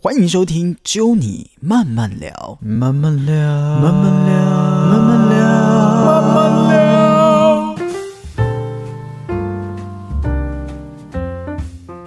欢迎收听《揪你慢慢聊慢慢聊，》，慢慢聊，慢慢聊，慢慢聊。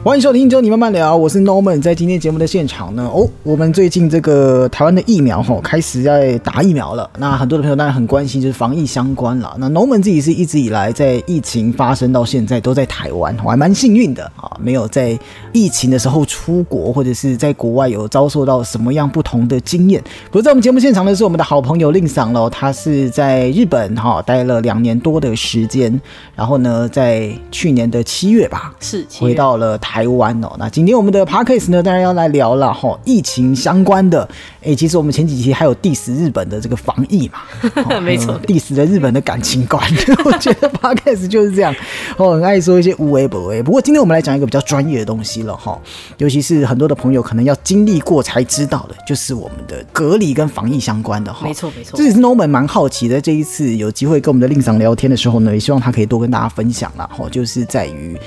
欢迎收听《揪你慢慢聊》，我是 Norman。在今天节目的现场呢，哦，我们最近这个台湾的疫苗吼、开始在打疫苗了。那很多的朋友当然很关心，就是防疫相关啦。那 Norman 自己是一直以来在疫情发生到现在都在台湾，哦我还蛮幸运的啊，没有在疫情的时候出国或者是在国外有遭受到什么样不同的经验。不过在我们节目现场呢，是我们的好朋友令赏喽，他是在日本哈、待了两年多的时间，然后呢，在去年的七月吧，是七回月到了台湾哦。那今天我们的 podcast 呢，当然要来聊了哈、疫情相关的。诶，其实我们前几期还有 diss 日本的这个防疫 嘛，哦没还错有 diss 的日本的感情观。 我觉得 podcast 就是这样，哦，很爱说一些无为不为。不过今天我们来讲一个比较专业的东西了哈、尤其是很多的朋友可能要经历过才知道的，就是我们的隔离跟防疫相关的哈、没错没错这也是 Norman 蛮好奇的。这一次有机会跟我们的令赏聊天的时候呢，也希望他可以多跟大家分享啦。哈，就是在于，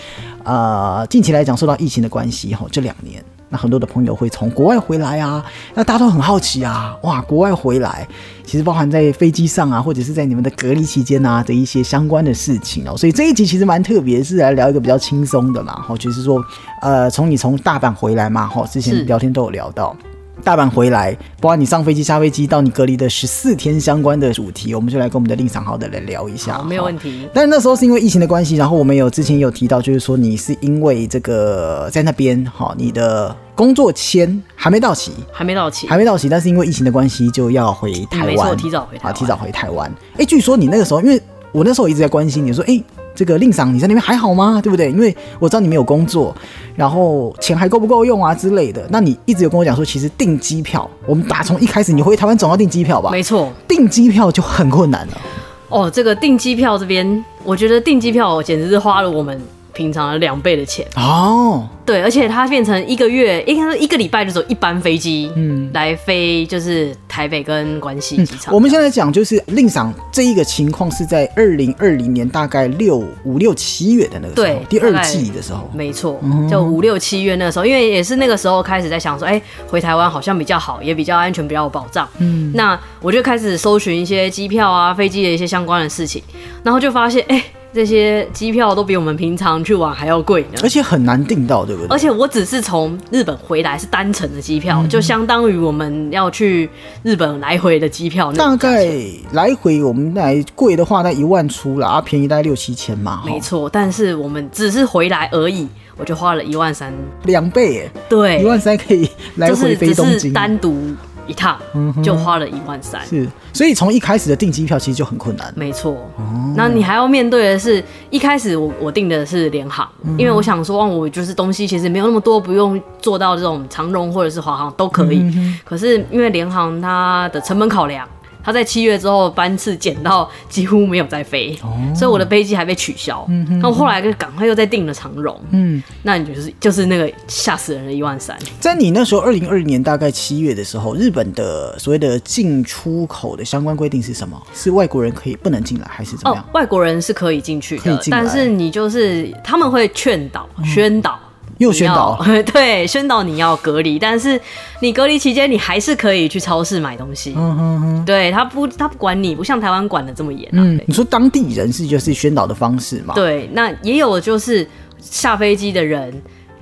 呃，近期来讲受到疫情的关系，哈，这两年。那很多的朋友会从国外回来啊，那大家都很好奇啊，哇，国外回来，其实包含在飞机上啊，或者是在你们的隔离期间啊的一些相关的事情哦，所以这一集其实蛮特别，是来聊一个比较轻松的啦，哈，就是说，呃，从你从大阪回来嘛，哈，之前是聊天都有聊到，大阪回来，包括你上飞机、下飞机到你隔离的十四天相关的主题，我们就来跟我们的令场好的来聊一下好，。哦没有问题。题。但是那时候是因为疫情的关系，然后我们有之前有提到，就是说你是因为这个在那边哈，你的工作签还没到期，还没到期还，没到期，但是因为疫情的关系就要回台嗯没湾，错提早回台啊，湾提早回台湾。哎、据说你那个时候，因为我那时候一直在关心你说，哎、这个令赏你在那边还好吗？对不对？因为我知道你没有工作，然后钱还够不够用啊之类的。那你一直有跟我讲说，其实订机票，我们打从一开始你回台湾总要订机票吧？没错。订机票就很困难了。哦，这个订机票这边，我觉得订机票简直是花了我们平常的两倍的钱。哦，对，而且它变成一个月，应该是一个礼拜就走一班飞机，嗯，来飞就是台北跟关西机场。我们现在讲就是令赏这一个情况是在二零二零年大概六五六七月的那个时候对，第二大概季的时候。没错，就五六七月那时候，因为也是那个时候开始在想说，哎、回台湾好像比较好，也比较安全，比较有保障。嗯，那我就开始搜寻一些机票啊、飞机的一些相关的事情，然后就发现，哎、这些机票都比我们平常去玩还要贵呢。而且很难订到，对不对？而且我只是从日本回来是单程的机票，就相当于我们要去日本来回的机票那大种价概钱。来回我们来贵的话，那一万出了啊，便宜大概六七千嘛，没哈，错，但是我们只是回来而已，我就花了一万三，两倍耶，对一，万三可以来就是回飞只东是京，嗯单独一趟就花了一万三，是，所以从一开始的订机票其实就很困难，没错。哦那你还要面对的是，一开始我我订的是联航，嗯因为我想说，哦，我就是东西其实没有那么多，不用做到这种长荣或者是华航都可嗯以。可是因为联航它的成本考量。它在七月之后班次减到几乎没有再飞，哦所以我的飞机还被取消。那我后来就赶快又再订了长荣，嗯，那你就是就是那个吓死人的一万三，在你那时候二零二零年大概七月的时候，日本的所谓的进出口的相关规定是什么？是外国人可以不能进来，还是怎么哦样？，外国人是可以进去可以的，进来但是你就是他们会劝导、宣导。又宣导你要， 对，宣导你要隔离，但是你隔离期间，你还是可以去超市买东西。嗯哼哼，对他不，他不管你，不像台湾管的这么严啊。嗯对，你说当地人是就是宣导的方式嘛？对，那也有就是下飞机的人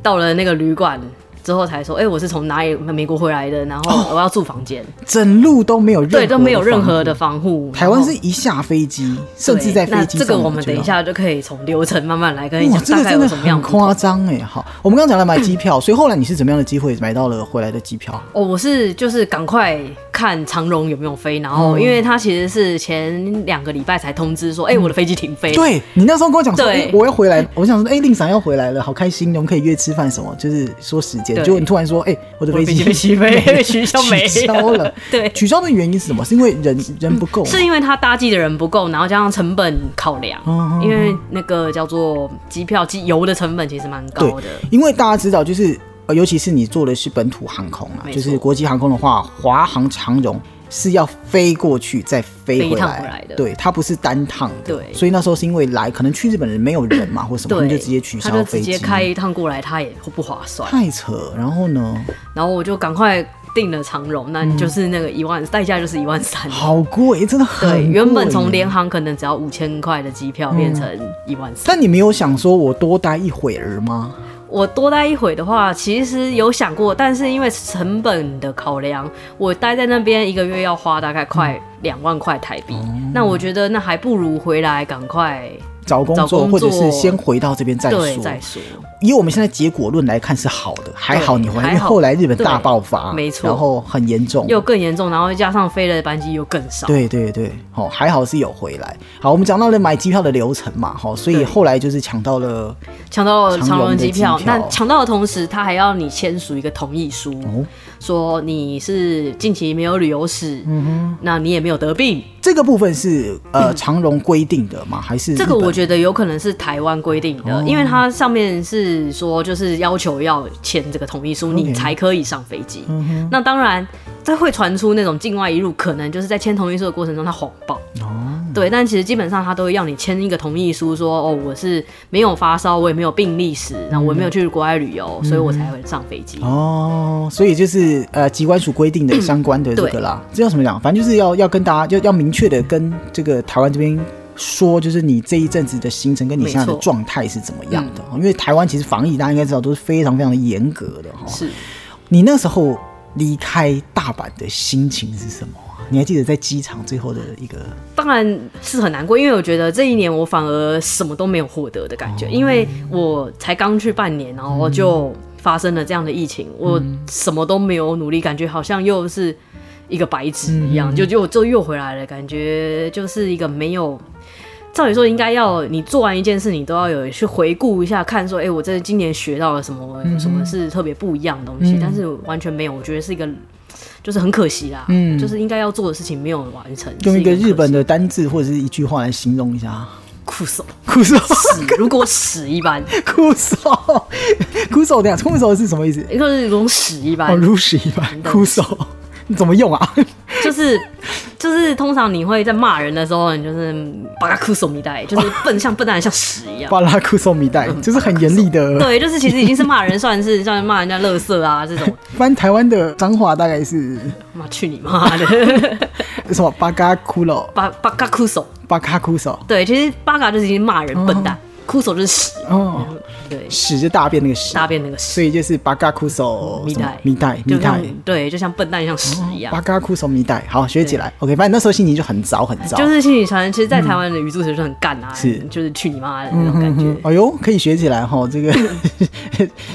到了那个旅馆之后才说，哎、我是从哪里美国回来的，然哦后我要住房间，整路都没有任何对，都没有任的何防的防护。护。台湾然后是一下飞机，甚至对在飞机那这上个你我就们觉等一得下就可以从流程慢慢来跟你哇，讲，这大个概真有的什么样很不同夸张哎！好，我们刚刚讲了买机嗯票，所以后来你是怎么样的机会买到了回来的机票？哦，我是就是赶快看长荣有没有飞，然嗯后因为它其实是前两个礼拜才通知说，哎、我的飞机停飞。嗯对你那时候跟我讲说，对哎，我要回来，我想说，哎，令赏要回来了，好开心，我们可以约吃饭什么，就是说时间。对结果你突然说，哎，我的我的飞飞机机被起飞，被 取消没 了取消了。对，嗯取消的原因是什么？是因为人人不够吗，是因为它搭机的人不够，然后加上成本考量，嗯因为那个叫做机票机油的成本其实蛮对高的。，因为大家知道，就是呃，尤其是你做的是本土航空啊，没就错是国际航空的话，华航、长荣，是要飞过去再飞飞一回趟来，回来的对，它不是单趟的。对所以那时候是因为来，可能去日本人没有人 嘛，或什么，他对，们就直接取消他就飞直机，接开一趟过来，他也不划算。太扯。然后呢，然后我就赶快订了长荣，那就是那个一万，代价就是一万三。嗯好贵，真的很对，贵原本从耶嗯联航可能只要五千块的机票变成一万三。但你没有想说我多待一会儿吗？我多待一会的话，其实有想过，但是因为成本的考量，我待在那边一个月要花大概嗯快两万块台币。哦那我觉得那还不如回来赶快找工找作，工或者是作先回到这边再对说。再说。以我们现在结果论来看是好的，还好你回来，因还为好后来日本大爆发，对没错然后很严重，又更严重，然后加上飞的班机又更少。对对对，好、还好是有回来。好，我们讲到了买机票的流程嘛，好、所以对后来就是抢到了，抢到了长长荣的荣机票机，票那抢到的同时，他还要你签署一个同意书，哦说你是近期没有旅游史，嗯那你也没有得病。这个部分是 呃长荣规定的嘛，还是这个我得觉得有可能是台湾规定的，因为它上面是说就是要求要签这个同意书，你才可以上飞机。那当然，这会传出那种境外一路可能就是在签同意书的过程中他谎报。对，但其实基本上他都会要你签一个同意书说哦，我是没有发烧，我也没有病历史，那我也没有去国外旅游，所以我才会上飞机。哦，所以就是呃机关署规定的相关的这个啦，这叫什么讲？反正就是要要跟大家就要明确的跟这个台湾这边。说就是你这一阵子的行程跟你没现在的错状态是怎么样的？因为台湾其实防疫大家应该知道都是非常非常的严格的哈。是，你那时候离开大阪的心情是什么啊？你还记得在机场最后的一个当然是很难过，因为我觉得这一年我反而什么都没有获得的感哦觉，因为我才刚去半年，然后就发生了这样的疫情，我嗯什么都没有努力，感觉好像又是一个白纸一样，嗯就就就又回来了，感觉就是一个没有。照理说，应该要你做完一件事，你都要有去回顾一下，看说，哎、我这今年学到了什么，嗯有什么是特别不一样的东西，但是完全没有，我觉得是一个，就是很可惜啦，嗯，就是应该要做的事情没有完成，用是一一个很可日本惜的单字或者是一句话来形容一下？酷手，酷手，屎如果屎一般，酷手，酷手，等一下，酷手是什么意思？就是如屎一哦，般，如实一般，酷手， 你怎么用 啊？就是就是通常你会在骂人的时候，你就是把它酷手米带，就是笨像笨蛋像屎 一样。巴拉酷手米袋，就是很严厉的。嗯对，就是其实已经是骂人，算是 算是骂人家垃圾啊这种，翻台湾的脏话大概是妈去你妈的， 什么？巴嘎骷髅，巴巴嘎酷手，巴嘎酷手，对，其实巴嘎就是已经骂人笨蛋，酷手就是屎，哦，对，屎就大便那个屎，嗯大便那个所屎，以就是巴嘎酷手米什么袋米袋，米就袋像。对，就像笨蛋像屎一样哦八。嘎酷手米袋，好学起来。OK，反正那时候心情就很糟很糟。就是心理传，其实，在台湾的语助词就是很干啊，是就是去你妈的那种感觉。嗯哎呦，可以学起来哈！ 这个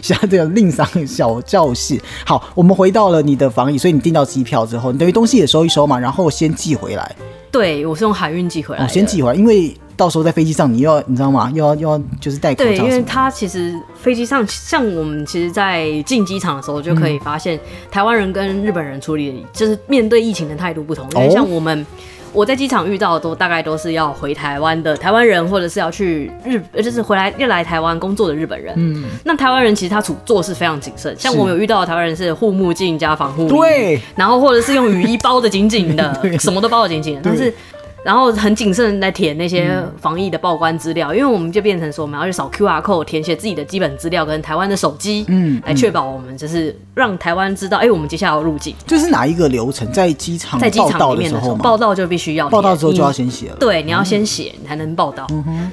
像这个令赏小教室。好，我们回到了你的防疫，所以你订到机票之后，你等于东西也收一收嘛，然后先寄回来，对，我是用海运寄回来哦，的。先寄回来，因为到时候在飞机上你又要你知道吗？又要又要就是戴口对，因罩什为么的。它其实飞机上，像我们其实，在进机场的时候就可嗯以发现，台湾人跟日本人处理就是面对疫情的态度不同。哦因为像我们，我在机场遇到的都大概都是要回台湾的台湾人，或者是要去日，呃就是回来要来台湾工作的日本人。嗯，那台湾人其实他处做事非常谨慎，像是我们有遇到的台湾人是护目镜加防护衣，对，然后或者是用雨衣包的紧紧 对的，什么都包的紧紧的，对嗯但是。然后很谨慎地来填那些防疫的报关资料，因为我们就变成说我们要去扫 QR code，填写自己的基本资料跟台湾的手机，嗯，来确保我们就是让台湾知道，哎，我们接下来要入境，就是哪一个流程，在机场在机嗯报场到里的面时的时候，候报嘛，道就必须要填嗯报到之后就要你先写了。对，你要先写，你才能报道。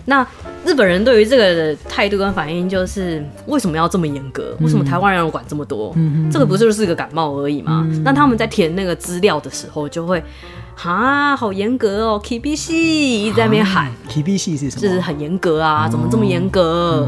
那日本人对于这个的态度跟反应就是，为什么要这么严格？为什么台湾人要管这么多？这个不就是个感冒而已吗？那他们在填那个资料的时候就会。啊，好严格哦！KBC 一直在那边喊， T B 系是什就是么？很严格啊，怎么这么严格？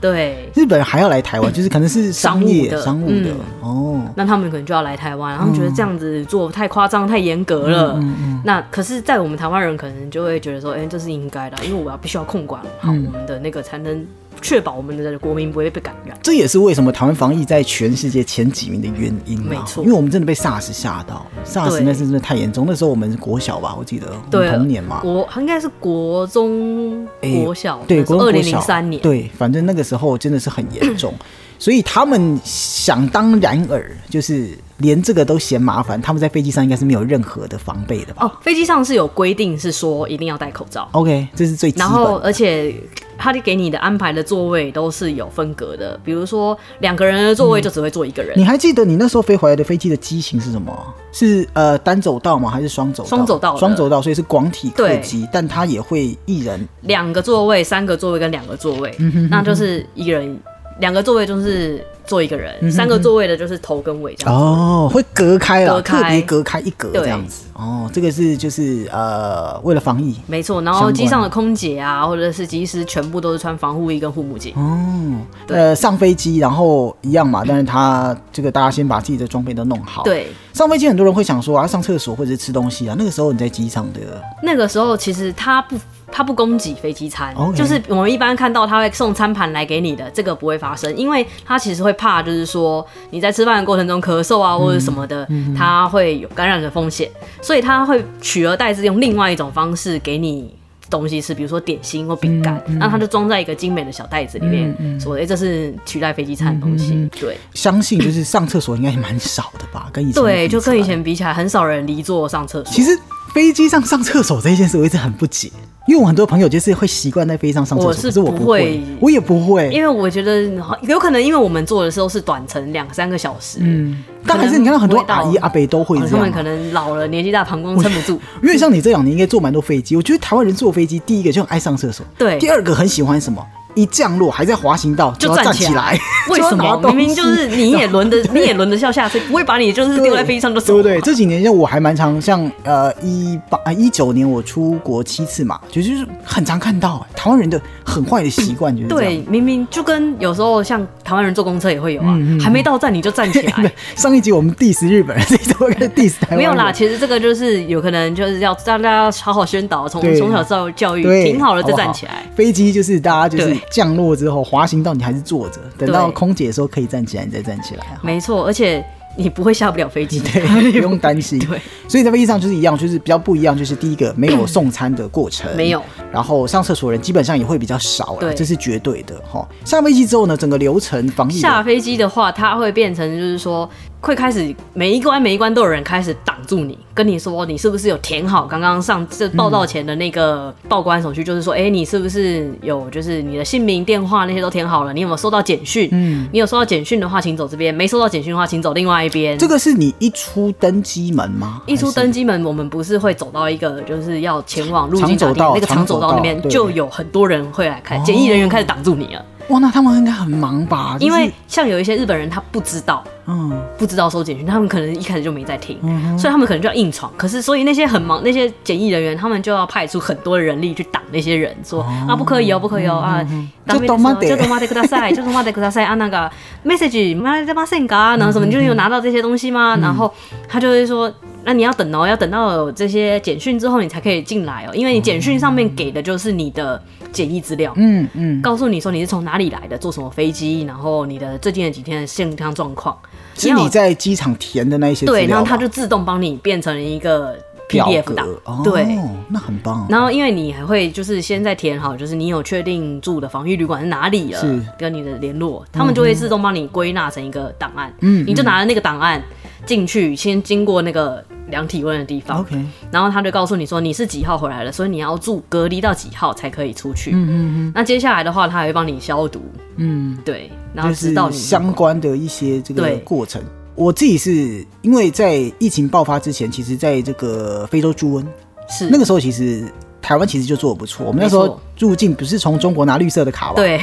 对，日本人还要来 台湾，就是可能是商商务业的嗯商务的哦。那他们可能就要来台湾，他们觉得这样子做太夸张、太严格了。嗯那可是，在我们台湾人可能就会觉得说，哎、这是应该的，因为我要必须要控管好我嗯们的那个，才能确保我们的国民不会被感染。这也是为什么台湾防疫在全世界前几名的原因、啊。没错因为我们真的被 SARS 吓到，SARS 对那次真的太严重。那时候我们国小吧，我记得我对，啊们童年嘛，国应该是国中、哎国小，对，国二中零国零小三年， 对，反正那个时候真的是很严重。所以他们想当然尔，就是连这个都嫌麻烦，他们在飞机上应该是没有任何的防备的吧、哦，飞机上是有规定是说一定要戴口罩， o k 这是最基然后呃本。而且他给你的安排的座位都是有分隔的，比如说两个人的座位就只会坐一个人你，还记得你那时候飞回来的飞机的机型是什么啊？是呃单走道吗？还是双走道？双走道的双走道，所以是广体客对机，但它也会一人两、个座位、三个座位跟两个座位，嗯那就是一个人两个座位就是坐一个嗯人，三个座位的就是头跟尾这样。哦，会隔开了，隔开特别隔开一格对这样子。哦，这个是就是呃，为了防疫。没错，然相后关机上的空姐啊，或者是机师，全部都是穿防护衣跟护目镜。哦，对呃，上飞机然后一样嘛，但是他这个大家先把自己的装备都弄好。，嗯对，上飞机很多人会想说啊，上厕所或者是吃东西啊，那个时候你在机上的那个时候其实他不他不供给飞机餐 OK 就是我们一般看到他会送餐盘来给你的，这个不会发生，因为他其实会怕，就是说你在吃饭的过程中咳嗽啊或者什么嗯的，他会有感染的风险，所以他会取而代之用另外一种方式给你。东西吃，比如说点心或饼干，嗯那他就装在一个精美的小袋子里面，说：“哎、这是取代飞机餐的东西。对相信嗯 就是上厕所应该也蛮少的吧，跟以前对，比起就来跟以。前比起来，很少人离座上厕所。其实飞机上上厕所这件事我一直很不解，因为我很多朋友就是会习惯在飞机上上厕所，我是可是我不会会，我也不会。因为我觉得有可能，因为我们做的时候是短程两三个小时，嗯，但还是你看到很多阿姨阿伯都会这他样们啊可。能老了，年纪大，膀胱撑不住。因为像你这样，你应该坐蛮多飞机。我觉得台湾人坐飞机，第一个就很爱上厕所，对第二个很喜欢什么？一降落还在滑行道就要站站起起来来， 为什就要拿么东明西明就是你也轮得，你也轮得下下车，不会把你就是丢在飞机上就走对了不对？这几年像我还蛮常像呃一八一九年我出国七次嘛，就是很常看到哎台湾人的很坏的习惯就是这对样。，明明就跟有时候像台湾人坐公车也会有啊，嗯还没到站你就站起 来。哎上一集我们 diss 日本人， 这一集我们 diss 台湾人 没有啦，其实这个就是有可能就是要大家要好好宣导，从对从小教教育，对，挺好了再不站起来。飞机就是大家就是对降落之后滑行到你还是坐着，等到对空姐说可以站起来，你再站起来。啊没错，而且你不会下不了飞机， 对，不用担心。对，所以在飞机上就是一样，就是比较不一样，就是第一个没有送餐的过程，没有，然后上厕所的人基本上也会比较少了，对这是绝对的哈。下飞机之后呢，整个流程防疫下的，飞机的话，它会变成就是说，会开始每一关每一关都有人开始挡住你，跟你说哦你是不是有填好刚刚上这报道前的那个报关手续，就是说，哎、你是不是有就是你的姓名、电话那些都填好了？你有没有收到简讯？嗯，你有收到简讯的话，请走这边；没收到简讯的话，请走另外一边。这个是你一出登机门吗？一出还是登机门，我们不是会走到一个就是要前往入境长走大厅道那个长长走走道那道边对哦就有很多人会来看，检疫人员开始挡住你了，哇，那他们应该很忙吧？就是因为像有一些日本人他不知道，嗯，不知道收简讯，他们可能一开始就没在听，所以他们可能就要硬闯。可是，所以那些很忙那些检疫人员，他们就要派出很多的人力去挡那些人，说、啊不可以哦，不可以哦啊，ダメですよちょっと待ってちょっと待ってください，ちょっと待ってください啊那个 message まだませんか？然后什么，你就有拿到这些东西吗？然后他就会说。那你要等哦，要等到有这些简讯之后，你才可以进来哦，因为你简讯上面给的就是你的检疫资料。嗯嗯，告诉你说你是从哪里来的，坐什么飞机，然后你的最近的几天的健康状况，是要你在机场填的那一些资料对，然后它吧就自动帮你变成一个表 PDF 档格，哦，对。，那很棒。然后，因为你还会就是先在填好，就是你有确定住的防疫旅馆是哪里了是，嗯跟你的联络，他们就会自动帮你归纳成一个档案。嗯，你就拿着那个档案进去，先经过那个量体温的地方 OK，然后他就告诉你说你是几号回来了，所以你要住隔离到几号才可以出去。嗯嗯嗯。那接下来的话，他还会帮你消毒。嗯，对，然后就直是到你相关的一些这个对过程。我自己是因为在疫情爆发之前，其实在这个非洲猪瘟是那个时候，其实台湾其实就做的不错。我们那时嗯没候错入境不是从中国拿绿色的卡嘛，，对，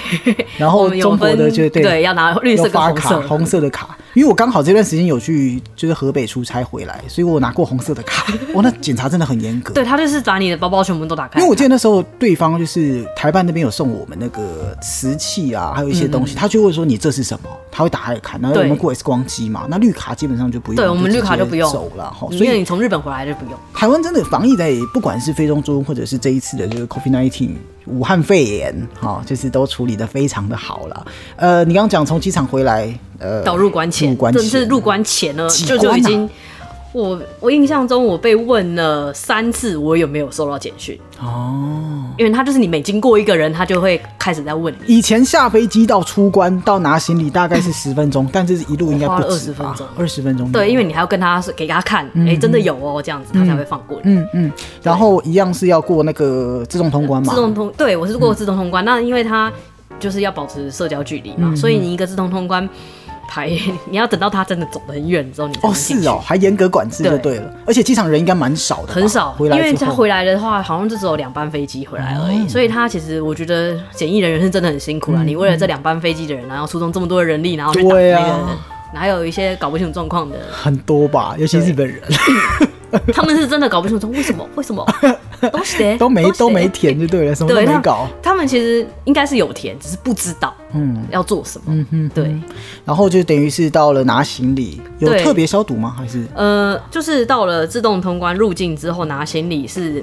然 我后们有中国的分就对对要拿绿色要跟发红卡色，红色的卡，因为我刚好这段时间有去就是河北出差回来，所以我拿过红色的 卡。哇，那检查真的很严格。对他就是把你的包包全部都打开，因为我记得那时候对方就是台办那边有送我们那个瓷器啊，还有一些东西，他就会说你这是什么，他会打开看，然后嗯对我们过 X 光机嘛，那绿卡基本上就不用，对我们绿卡就就直接不用走了哈，因所为以你从日本回来就不用。台湾真的防疫在不管是非洲猪瘟或者是这一次的这个 COVID nineteen 武汉肺炎哈，就是都处理的非常的好了。呃，你刚刚讲从机场回来，呃，到入关前，入关这前是入关前呢，几就就关啊已经我我印象中我被问了三次，我有没有收到简讯？哦，因为他就是你每经过一个人，他就会开始在问你，以前下飞机到出关到拿行李大概是十分钟，但这是一路应该我花不了止20分吧钟？二十分钟。对，因为你还要跟他说给他看，哎、真的有哦，这样子他才会放过你。嗯嗯，然后一样是要过那个自动通关嘛自。动通，对我是嗯过自动通关，那因为他就是要保持社交距离嗯嘛，所以你一个自动通关排， 你要等到他真的走得很远之后，你才哦，能进是去哦，还严格管制就对对了。而且机场人应该蛮少的吧，很少，回因来为之他后哦回来的话，好像就只有两班飞机回来而已，所以他其实我觉得检疫人员是真的很辛苦了。你为了这两班飞机的人，然后出动这么多的人力，然后去打嗯对那啊个人，还有一些搞不清楚状况的，很多吧，尤其日本人他们是真的搞不清楚为什么为什么都是 都没都没填就对了，什么都对，没他搞。他们其实应该是有填，只是不知道嗯要做什么。嗯哼，对，然后就等于是到了拿行李，有对特别消毒吗？还是呃，就是到了自动通关入境之后拿行李是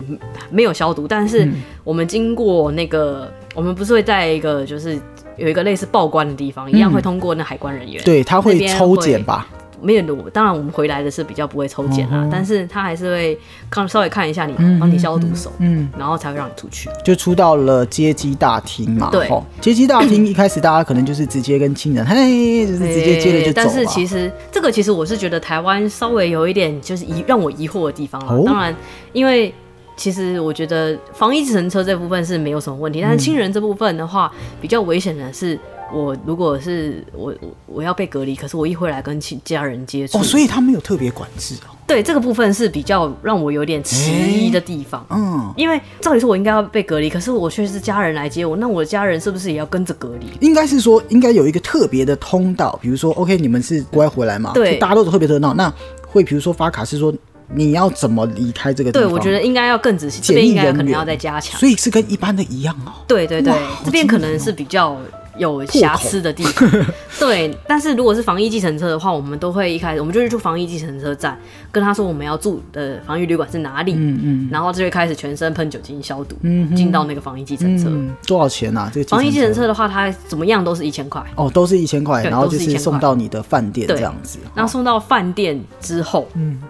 没有消毒，但嗯是我们经过那个，我们不是会在一个就是有一个类似报关的地方，一样会通过那海关人员。对他那会边抽检吧？没有，当然我们回来的是比较不会抽检哦啦，但是他还是会看稍微看一下你，帮你消毒手，嗯，然后才会让你出去。就出到了接机大厅嘛。对吼，接机大厅一开始大家可能就是直接跟亲人，嘿，就是直接接着就走了。对但是其实实这个其实我是觉得台湾稍微有一点就是疑让我疑惑的地方了。啊哦当然，因为其实我觉得防疫乘车这部分是没有什么问题，嗯但是亲人这部分的话，比较危险的是。我如果是我我我要被隔离，可是我一回来跟亲家人接触，哦，所以他们有特别管制哦。对这个部分是比较让我有点迟疑的地方，嗯，因为照理说我应该要被隔离，可是我却是家人来接我，那我的家人是不是也要跟着隔离？应该是说应该有一个特别的通道，比如说 OK，你们是国外回来嘛，对就大家都有特别的闹，那会比如说发卡是说你要怎么离开这个地对，方？我觉得应该要更仔细，这检边疫应该人可能要员再加强。所以是跟一般的一样哦。对对对哇，这边可能是比较有哦口瑕疵的地方。 对，但是如果是防疫计程车的话，我们都会一开始我们就是去防疫计程车站，跟他说我们要住的防疫旅馆是哪里，嗯嗯然后就会开始全身喷酒精消毒，嗯哼进到那个防疫计程车。嗯，多少钱啊？这个防疫计程车车的话，它怎么样都是一千块。哦，都是一千块，对然后都就是是1000送块到你的饭店对这样子。然后送到饭店之后，嗯，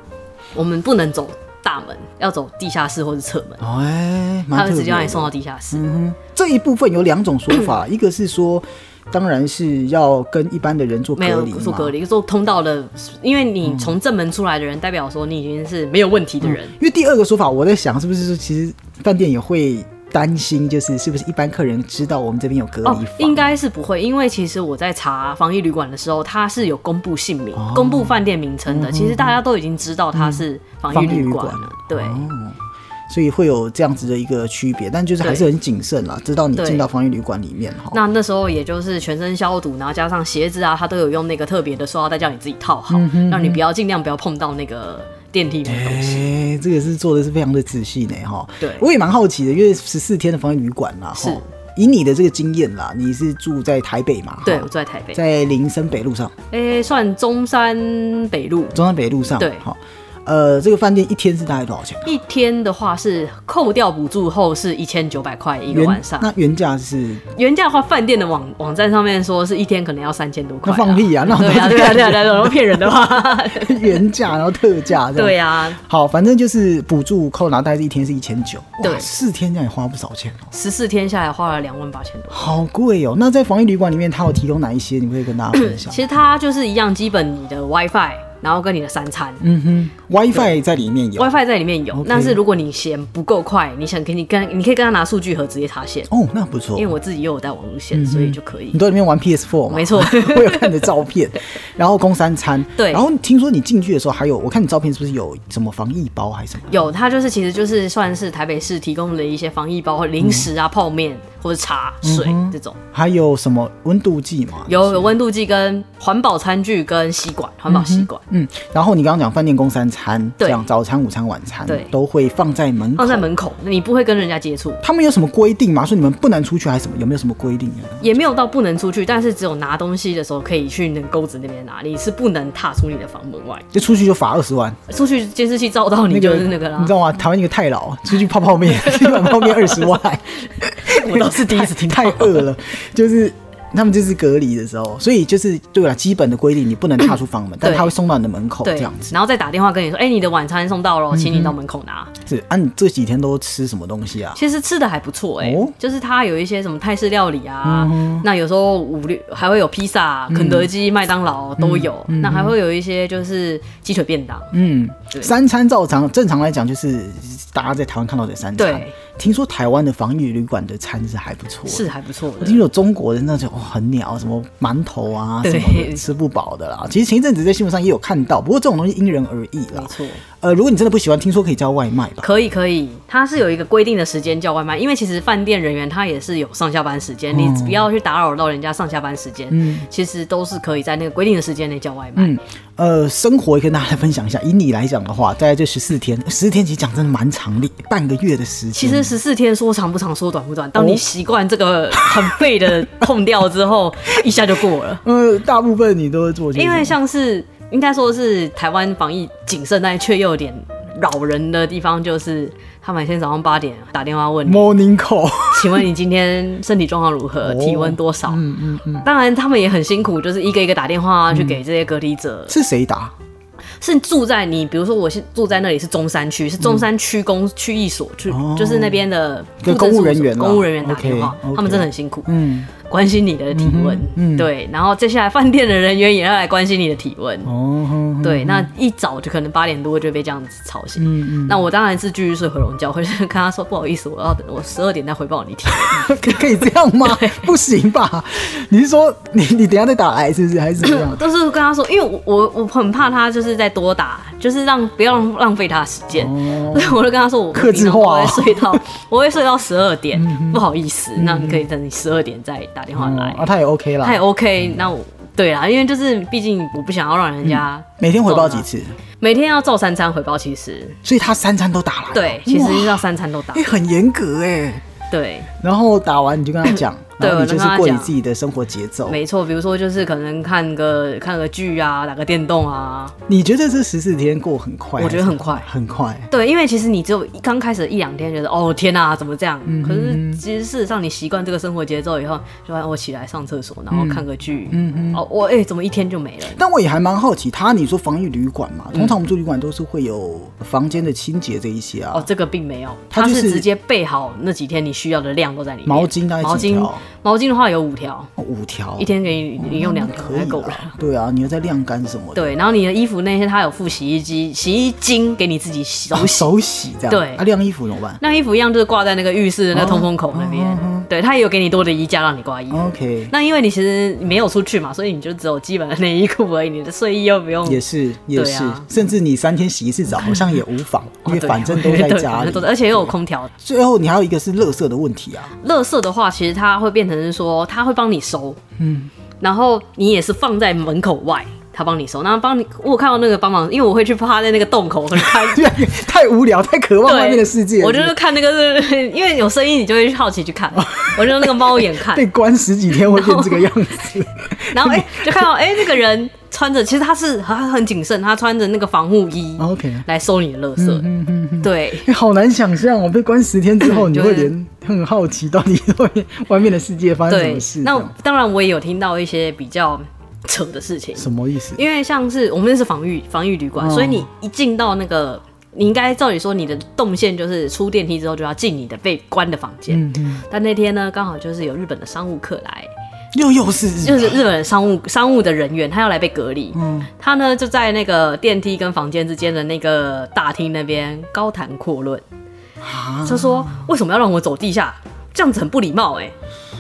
我们不能走大门，要走地下室或是侧门，哦哎，他蛮会特直别嗯接把你的。送到地下室。这一部分有两种说 法，一个是说，当然是要跟一般的人做没隔有离嗯嘛，做隔离，做通道的，因为你从正门出来的人，代表说你已经是没有问题的人。因为第二个说法，我在想是不是说，其实饭店也会担心，就是是不是一般客人知道我们这边有隔哦离房？，应该是不会，因为其实我在查防疫旅馆的时候，它是有公布姓哦名、公布饭店名称的。其实大家都已经知道它是防疫旅馆嗯防疫旅哦了，对，所以会有这样子的一个区别，但就是还是很谨慎啦，知道你对进到防疫旅馆里面哈。那那时候也就是全身消毒，然后加上鞋子啊，它都有用那个特别的塑料袋叫你自己套嗯好，让你不要尽量不要碰到那个电梯里面的东西。哎、这个是做的是非常的仔细呢哈。对我也蛮好奇的，因为十四天的防疫旅馆啦，哈是以你的这个经验啦，你是住在台北嘛？哈对，我住在台北，在林森北路上，诶、算中山北路，中山北路上，对好，呃，这个饭店一天是大概多少钱？一天的话是扣掉补助后是一千九百块一个原晚上，那原价是原价的话，饭店的网网站上面说是一天可能要三千多块那啊。放 屁啊，那我对们啊，对啊，对啊，对啊，啊然后骗人的话， 原价然后特价这样。对啊，好，反正就是补助扣拿，大概是一天是一千九，哇，对四天这样也花不少钱哦，十四天下来花了两万八千多。好贵哦。那在防疫旅馆里面，它有提供哪一些？你可以跟大家分享。 其实它就是一样，基本你的 WiFi，然后跟你的三餐。嗯哼，WiFi 在里面有 WiFi 在里面有 OK，但是如果你嫌不够快，你想给你跟你可以跟他拿数据盒直接插线，哦，嗯那不错因为。我自己也有带网路线，所以就可以你。都在里面玩 PS4 吗？没错 我有看你的照片，然后供三餐，对然后听说你进去的时候还有，我看你照片是不是有什么防疫包还是什么？有，它就是其实就是算是台北市提供的一些防疫包、零食啊、泡面或者茶、水嗯这种。还有什么温度计嘛？有有温度计、跟环保餐具、跟吸管，环保吸管嗯，然后你刚刚讲饭店供三餐，对这样早餐、午餐、晚餐对都会放在门口放。在门口，你不会跟人家接触，他们有什么规定吗？说你们不能出去还是什么？有没有什么规定啊？也没有到不能出去，但是只有拿东西的时候可以去那个钩子那边拿，你是不能踏出你的房门外，就出去就罚二十万，出去监视器照到你就是那个啦你知。道吗？台湾一个太老，出去泡泡 面，去买泡面二十万，我倒是第一次听到太饿了，就是他们这是隔离的时候，所以就是对了，基本的规定你不能踏出房门，但他会送到你的门口这对样子。，嗯然后再打电话跟你说，哎、你的晚餐送到了，请你到门口拿。是啊，你这几天都吃什么东西啊？其实吃的还不错哎、哦嗯就是它有一些什么泰式料理啊，那有时候五六还会有披萨、肯德基、麦当劳都有，那还会有一些就是鸡腿便当，嗯，对三餐照常，正常来讲就是大家在台湾看到的三餐对。听说台湾的防疫旅馆的餐是还不错，是。还不错我的听。说有中国的那种、哦、很鸟，什么馒头啊什对么的，吃不饱的啦。其实前一阵子在新闻上也有看到，不过这种东西因人而异啦没。错，呃，如果你真的不喜欢，听说可以叫外卖吧？可以可以，它是有一个规定的时间叫外卖，因为其实饭店人员他也是有上下班时哦间，你不要去打扰到人家上下班时间，其实都是可以在那个规定的时间内叫外卖。嗯，呃，生活也跟大家来分享一下。以你来讲的话，大概这十四天，十四天其实讲真的蛮长的，半个月的时间。其实十四天说长不长，说短不短，当哦你习惯这个很废的痛调之后， 一下就过了。呃，大部分你都会做些什因么，为像是应该说是台湾防疫谨慎，但却又有点扰人的地方，就是他们先早上八点打电话问你， morning call， 请问你今天身体状况如何，体温多少？哦嗯嗯嗯，当然，他们也很辛苦，就是一个一个打电话去给这些隔离者，是谁打？是住在你，比如说我是住在那里是中山区，是中山区公区役所，去嗯哦就是那边的跟户公政务事务人所员啦公务人员打 OK，电话，他们 OK 真的很辛苦，嗯，关心你的体温，嗯对，然后接下来饭店的人员也要来关心你的体温，哦， 哼哼对，那一早就可能八点多就被这样子吵醒。嗯那我当然是继续睡回笼觉，或者是跟他说不好意思，我要等我十二点再回报 你体温。嗯，可可以这样吗？不行吧？你是说你你等一下再打来是不是？还是怎么样？都是跟他说，因为我我我很怕他就是再多打，就是让不要浪浪费他的时间，哦所 以我就跟他说我克制化我平常都会睡到我会睡到十二 点，嗯不好意思，那你可以等你十二点再打电话来哦，嗯啊，他也 OK 他也啦。 OK，那我对啦，因为就是毕竟我不想要让人家嗯每天回报几次？每天要照三餐回报，其实所以他三餐都打来了。对，其哇实要三餐都打哎、，很严格哎、对，然后打完你就跟他讲，对然后你就我是就跟他过你讲自己的生活节奏。没错，比如说就是可能看个看个剧啊，打个电动啊，你觉得这十四天过很快？我觉得很快很快。对，因为其实你只有一刚开始一两天觉得哦天哪、怎么这样？嗯可是其实事实上你习惯这个生活节奏以后，就发现我起来上厕嗯所，然后看个剧，哦我哎、怎么一天就没了？但我也还蛮好奇，他你说防疫旅馆嘛，嗯通常我们住旅馆都是会有房间的清洁这一些啊，哦，这个并没有，它它就是是直接备好那几天你需要的量都在里面。毛巾大概毛几条巾毛巾的话有五条，哦五条一天给你你用两条可还以够了。啦。对啊，你要再晾干什么的，对，然后你的衣服那些它有附洗衣机、洗衣精给你自己 洗手手洗。手洗这样。对啊，晾衣服怎么办那衣服一样就是挂在那个浴室的那哦个通风口那边，对，它也有给你多的衣架让你挂衣服。 ？OK，那因为你其实没有出去嘛，所以你就只有基本的内衣裤而已，你的睡衣又不用。 也是也是啊，甚至你三天洗一次澡好像也无 妨，因为哦对反正都在对家反里正。都在而且又有空调。最后你还有一个是垃圾的问题啊，垃圾的话，其实它会变成是说，它会帮你收，嗯，然后你也是放在门口外，它帮你收。那帮你，我有看到那个帮忙，因为我会去趴在那个洞口跟看。 对， 太无聊，太渴望外面的哦世界了。我就是 看那个，因为有声音，你就会好奇去看。我就用那个猫眼 看，被关十几天会变这个样子。然后哎、就看到哎、那个人穿着，其实他是很很谨慎，他穿着那个防护衣哦 OK 嗯来收你的垃圾。对，欸 好难想象哦，被关十天之 后，你就会是连很好奇到底外面外面的世界发生什对么事，这那样？当然我也有听到一些比较扯的事情，什么意思？因为像是我们那是防御防御旅馆，哦所以你一进到那个，你应该照理说你的动线就是出电梯之后就要进你的被关的房间。嗯嗯，但那天呢，刚好就是有日本的商务客来，又又是日就本是日本的商务商务的人员，他要来被隔离。嗯他呢就在那个电梯跟房间之间的那个大厅那边高谈阔论，啊，他说为什么要让我走地下？这样子很不礼貌哎、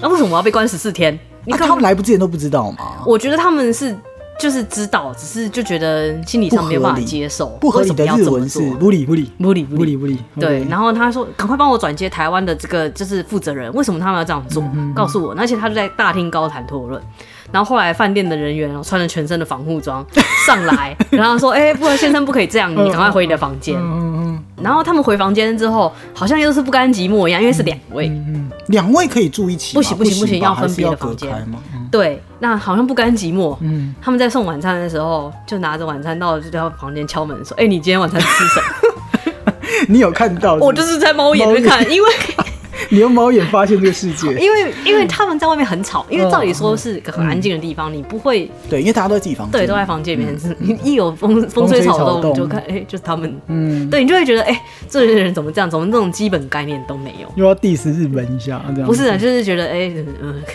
那为什么我要被关十四天？你啊看、他们来不之前都不知道吗？我觉得他们是就是知道，只是就觉得心理上没有办法接受，不合为理什么的要日这么文是做？不理不理不理不不理理。不理。对， OK 然后他说：“赶快帮我转接台湾的这个就是负责人，为什么他们要这样做？嗯告诉我。”而且他就在大厅高谈阔论。然后后来饭店的人员哦穿着全身的防护 装上来，然后说：“哎、不然先生不可以这样，你赶快回你的房间。嗯嗯然后他们回房间之后，好像又是不甘寂寞一样，因为是两位，嗯，两位可以住一起吗？不行不行不行吧要还分是别的要隔房间开吗？嗯对，那好像不甘寂寞。嗯，他们在送晚餐的时候，就拿着晚餐到就到房间敲门说：“哎、你今天晚餐吃什么 你有看到？”我就是在猫眼里面看，因为你用猫眼发现这个世界。 因为因为他们在外面很吵，因为照理说是个很安静的地方，你不会对，因为大家都在自己房间，对都在房间里面，是你 一有风风吹嗯风草吹草动动你就看，哎，就是他们，嗯，对你就会觉得，哎，这些人怎么这样，怎么那种基本概念都没有。又要 diss 日本一下，这样不是啊，就是觉得哎，嗯、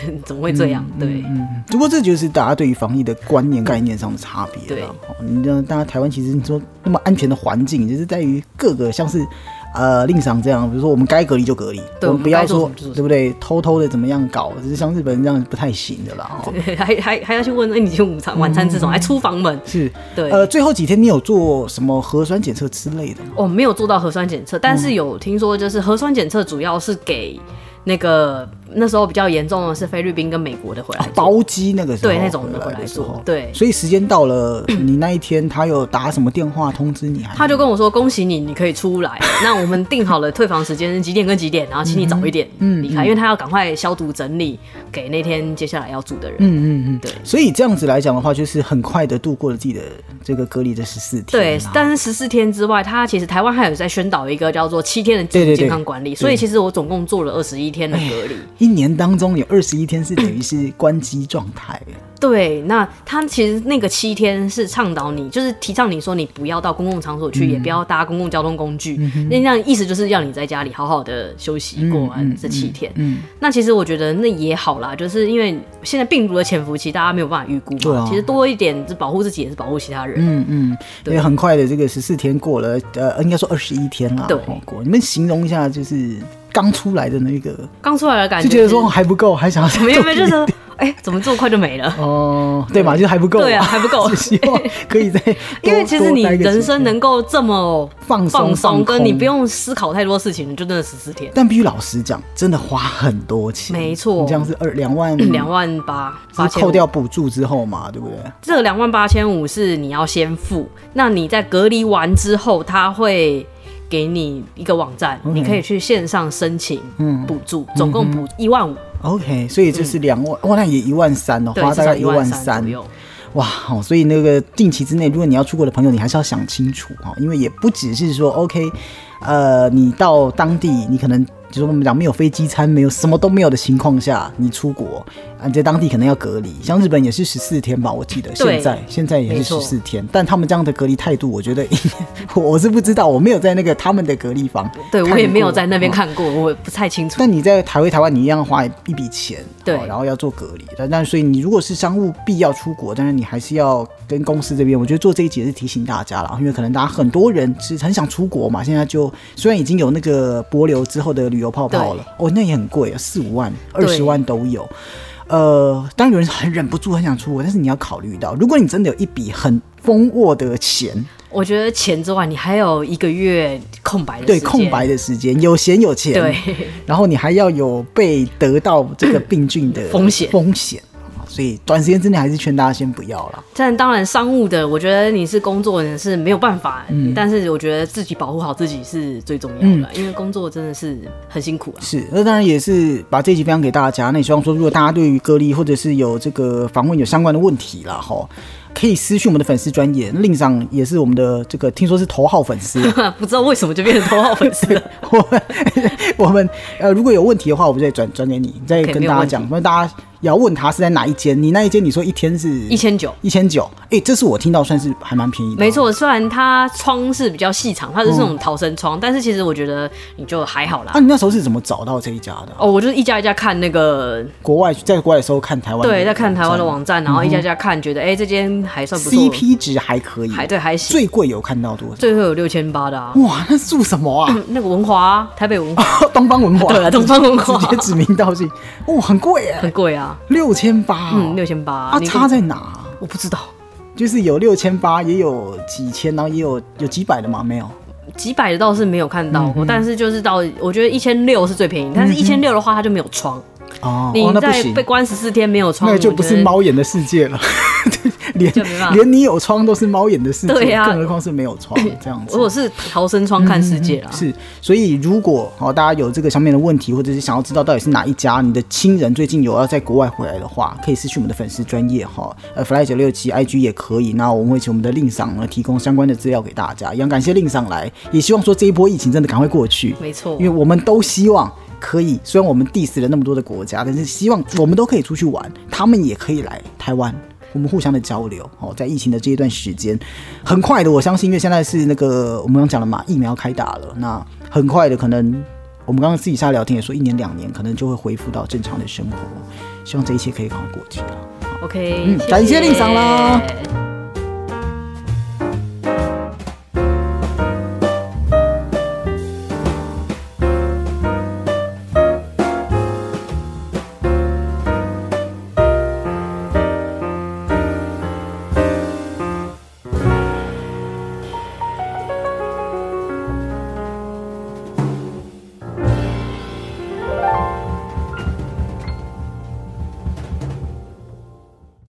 嗯怎么会这样？对，嗯，只不过这就是大家对于防疫的观念、概念上的差别对了。哦你知道，大家台湾其实你说那么安全的环境，就是在于各个像是呃令赏这样，比如说我们该隔离就隔离，我对我们们不要该做说什么就做什么对不对？偷偷的怎么样搞，只是像日本人这样不太行的啦。哦，对 还还还要去问，哎、你今天午餐、晚餐吃什么？还出房门？是，对，嗯呃，最后几天你有做什么核酸检测之类的吗？我哦没有做到核酸检测，嗯但是有听说，就是核酸检测主要是给那个那时候比较严重的是菲律宾跟美国的回来做。啊包机那个时候对那种的回来的时回来候做，对所以时间到了，你那一天他有打什么电话通知你还是？他就跟我说：“恭喜你，你可以出 来。那我们定好了退房时间是几点跟几点，然后请你早一点嗯离开，因为他要赶快消毒整理给那天接下来要住的人。嗯嗯嗯，对所以这样子来讲的话，就是很快的度过了自己的这个隔离的十四天、啊对，但是十四天之外，它其实台湾还有在宣导一个叫做七天的对对自主对哎健康管理，所以其实我总共做了二十一天的隔离。一年当中有二十一天是等于是关机状态。嗯对，那它其实那个七天是倡导你，就是提倡你说你不要到公共场所去，也嗯不要搭公共交通工具，那、那样意思就是要你在家里好好的休息过完这七天。嗯，那其实我觉得那也好啦，就是因为现在病毒的潜伏期大家没有办法预估对嘛，啊其实多一点就保护自己也是保护其他人。嗯嗯，因为很快的这个十四天过了，呃，应该说二十一天啦。对哦过，你们形容一下，就是刚出来的那个，刚出来的感就觉觉得说是哦还不够，还想要啊 没有没有，就是说哎、怎么这么快就没了？哦，对嘛，就是还不够，对啊还不 够就希望可以再多， 因为其实你多待个几人天生能够这么放松放放松，跟你空不用思考太多事情，就真的十四天，但必须老实讲，真的花很多钱。没错你这样是二两万两万八八是嗯千扣五。掉补助之后嘛，对不对？这两万八千五是你要先付，那你在隔离完之后，他会给你一个网站，你可以去线上申请嗯补助，总共补一万五， OK，所以就是两万，哇，那也一万三哦，嗯对，花至大少概一万万三三左，右。哇，好，所以那个近期之内，如果你要出国的朋友，你还是要想清楚哦，因为也不只是说 OK，呃，你到当地，你可能就是我们讲没有飞机餐，没有什么都没有的情况下，你出国啊，你在当地可能要隔离，像日本也是十四天吧，我记得对现在现在也没是错十四天，但他们这样的隔离态度，我觉得 我我是不知道，我没有在那个他们的隔离房看过，对我也没有在那边哦看过，我也不太清楚。但你在台回台湾，你一样花一笔钱，对哦然后要做隔离。但但所以你如果是商务必要出国，当然你还是要跟公司这边，我觉得做这一集也是提醒大家啦，因为可能大家很多人是很想出国嘛，现在就虽然已经有那个博流之后的旅游泡泡了，哦，那也很贵啊，四五万、二对十万都有。呃，当然有人很忍不住很想出国，但是你要考虑到，如果你真的有一笔很丰沃的钱，我觉得钱之外，你还有一个月空白的对时间空白的时间，有闲有钱，对， 然后你还要有被得到这个病菌的 风险风险，所以短时间之内还是劝大家先不要啦。但当然，商务的，我觉得你是工作人是没有办法，嗯但是我觉得自己保护好自己是最重要的，因为工作真的是很辛苦啊。是，那当然也是把这一集分享给大家。那也希望说，如果大家对于隔离或者是有这个访问有相关的问题啦，哈，可以私讯我们的粉丝专业，令上也是我们的这个听说是头号粉 丝， 啊不知道为什么就变成头号粉丝了。我们我们呃，如果有问题的话，我们再转转给你，你再 OK，跟没有大家问题讲。那大家要问他是在哪一间？你那一间你说一天是一1900一千九，哎，这是我听到算是还蛮便宜的。啊没，错，虽然它窗是比较细长，它是这种逃生窗，但是其实我觉得你就还好啦啊，。你那时候是怎么找到这一家的啊？哦，我就是一家一家看那个，国外在国外的时候看台湾的网站，对，在看台湾的网站，嗯然后一家一家看，觉得哎、这间还算不错 CP 值还可以，还对还行，最贵有看到多少？最后有六千八的啊，哇，那住什么啊？那个文华啊、台北文华 东方文化，对啊东方文化直接指名道姓，哦，很贵耶，很贵啊，六千八，嗯，六千八啊，你差在哪啊？我不知道。就是有六千八，也有几千，然后也有有几百的吗？没有，几百的倒是没有看到过，但是就是到我觉得一千六是最便宜，但是一千六的话它就没有窗，哦，你哦那不在行被，关十四天没有窗，那就我觉不是得。猫眼的世界了， 连就没办法连你有窗都是猫眼的世界，对啊更何况是没有窗这样子 如。果是逃生窗看世界啦，是，所以如果哦大家有这个上面的问题，或者是想要知道到底是哪一家，你的亲人最近有要在国外回来的话，可以私讯我们的粉丝专业哈，呃，fly 九六七 IG 也可以。那我们会请我们的令赏呢提供相关的资料给大家，也很感谢令赏来，也希望说这一波疫情真的赶快过去，没错因为。我们都希望可以，虽然我们 diss 了那么多的国家，但是希望我们都可以出去玩，他们也可以来台湾。我们互相的交流哦，在疫情的这一段时间，很快的，我相信，因为现在是那个我们刚讲了嘛，疫苗开打了，那很快的，可能我们刚刚私底下聊天也说，一年两年可能就会恢复到正常的生活，希望这一切可以赶快过去啊。 OK，嗯感谢令赏啦。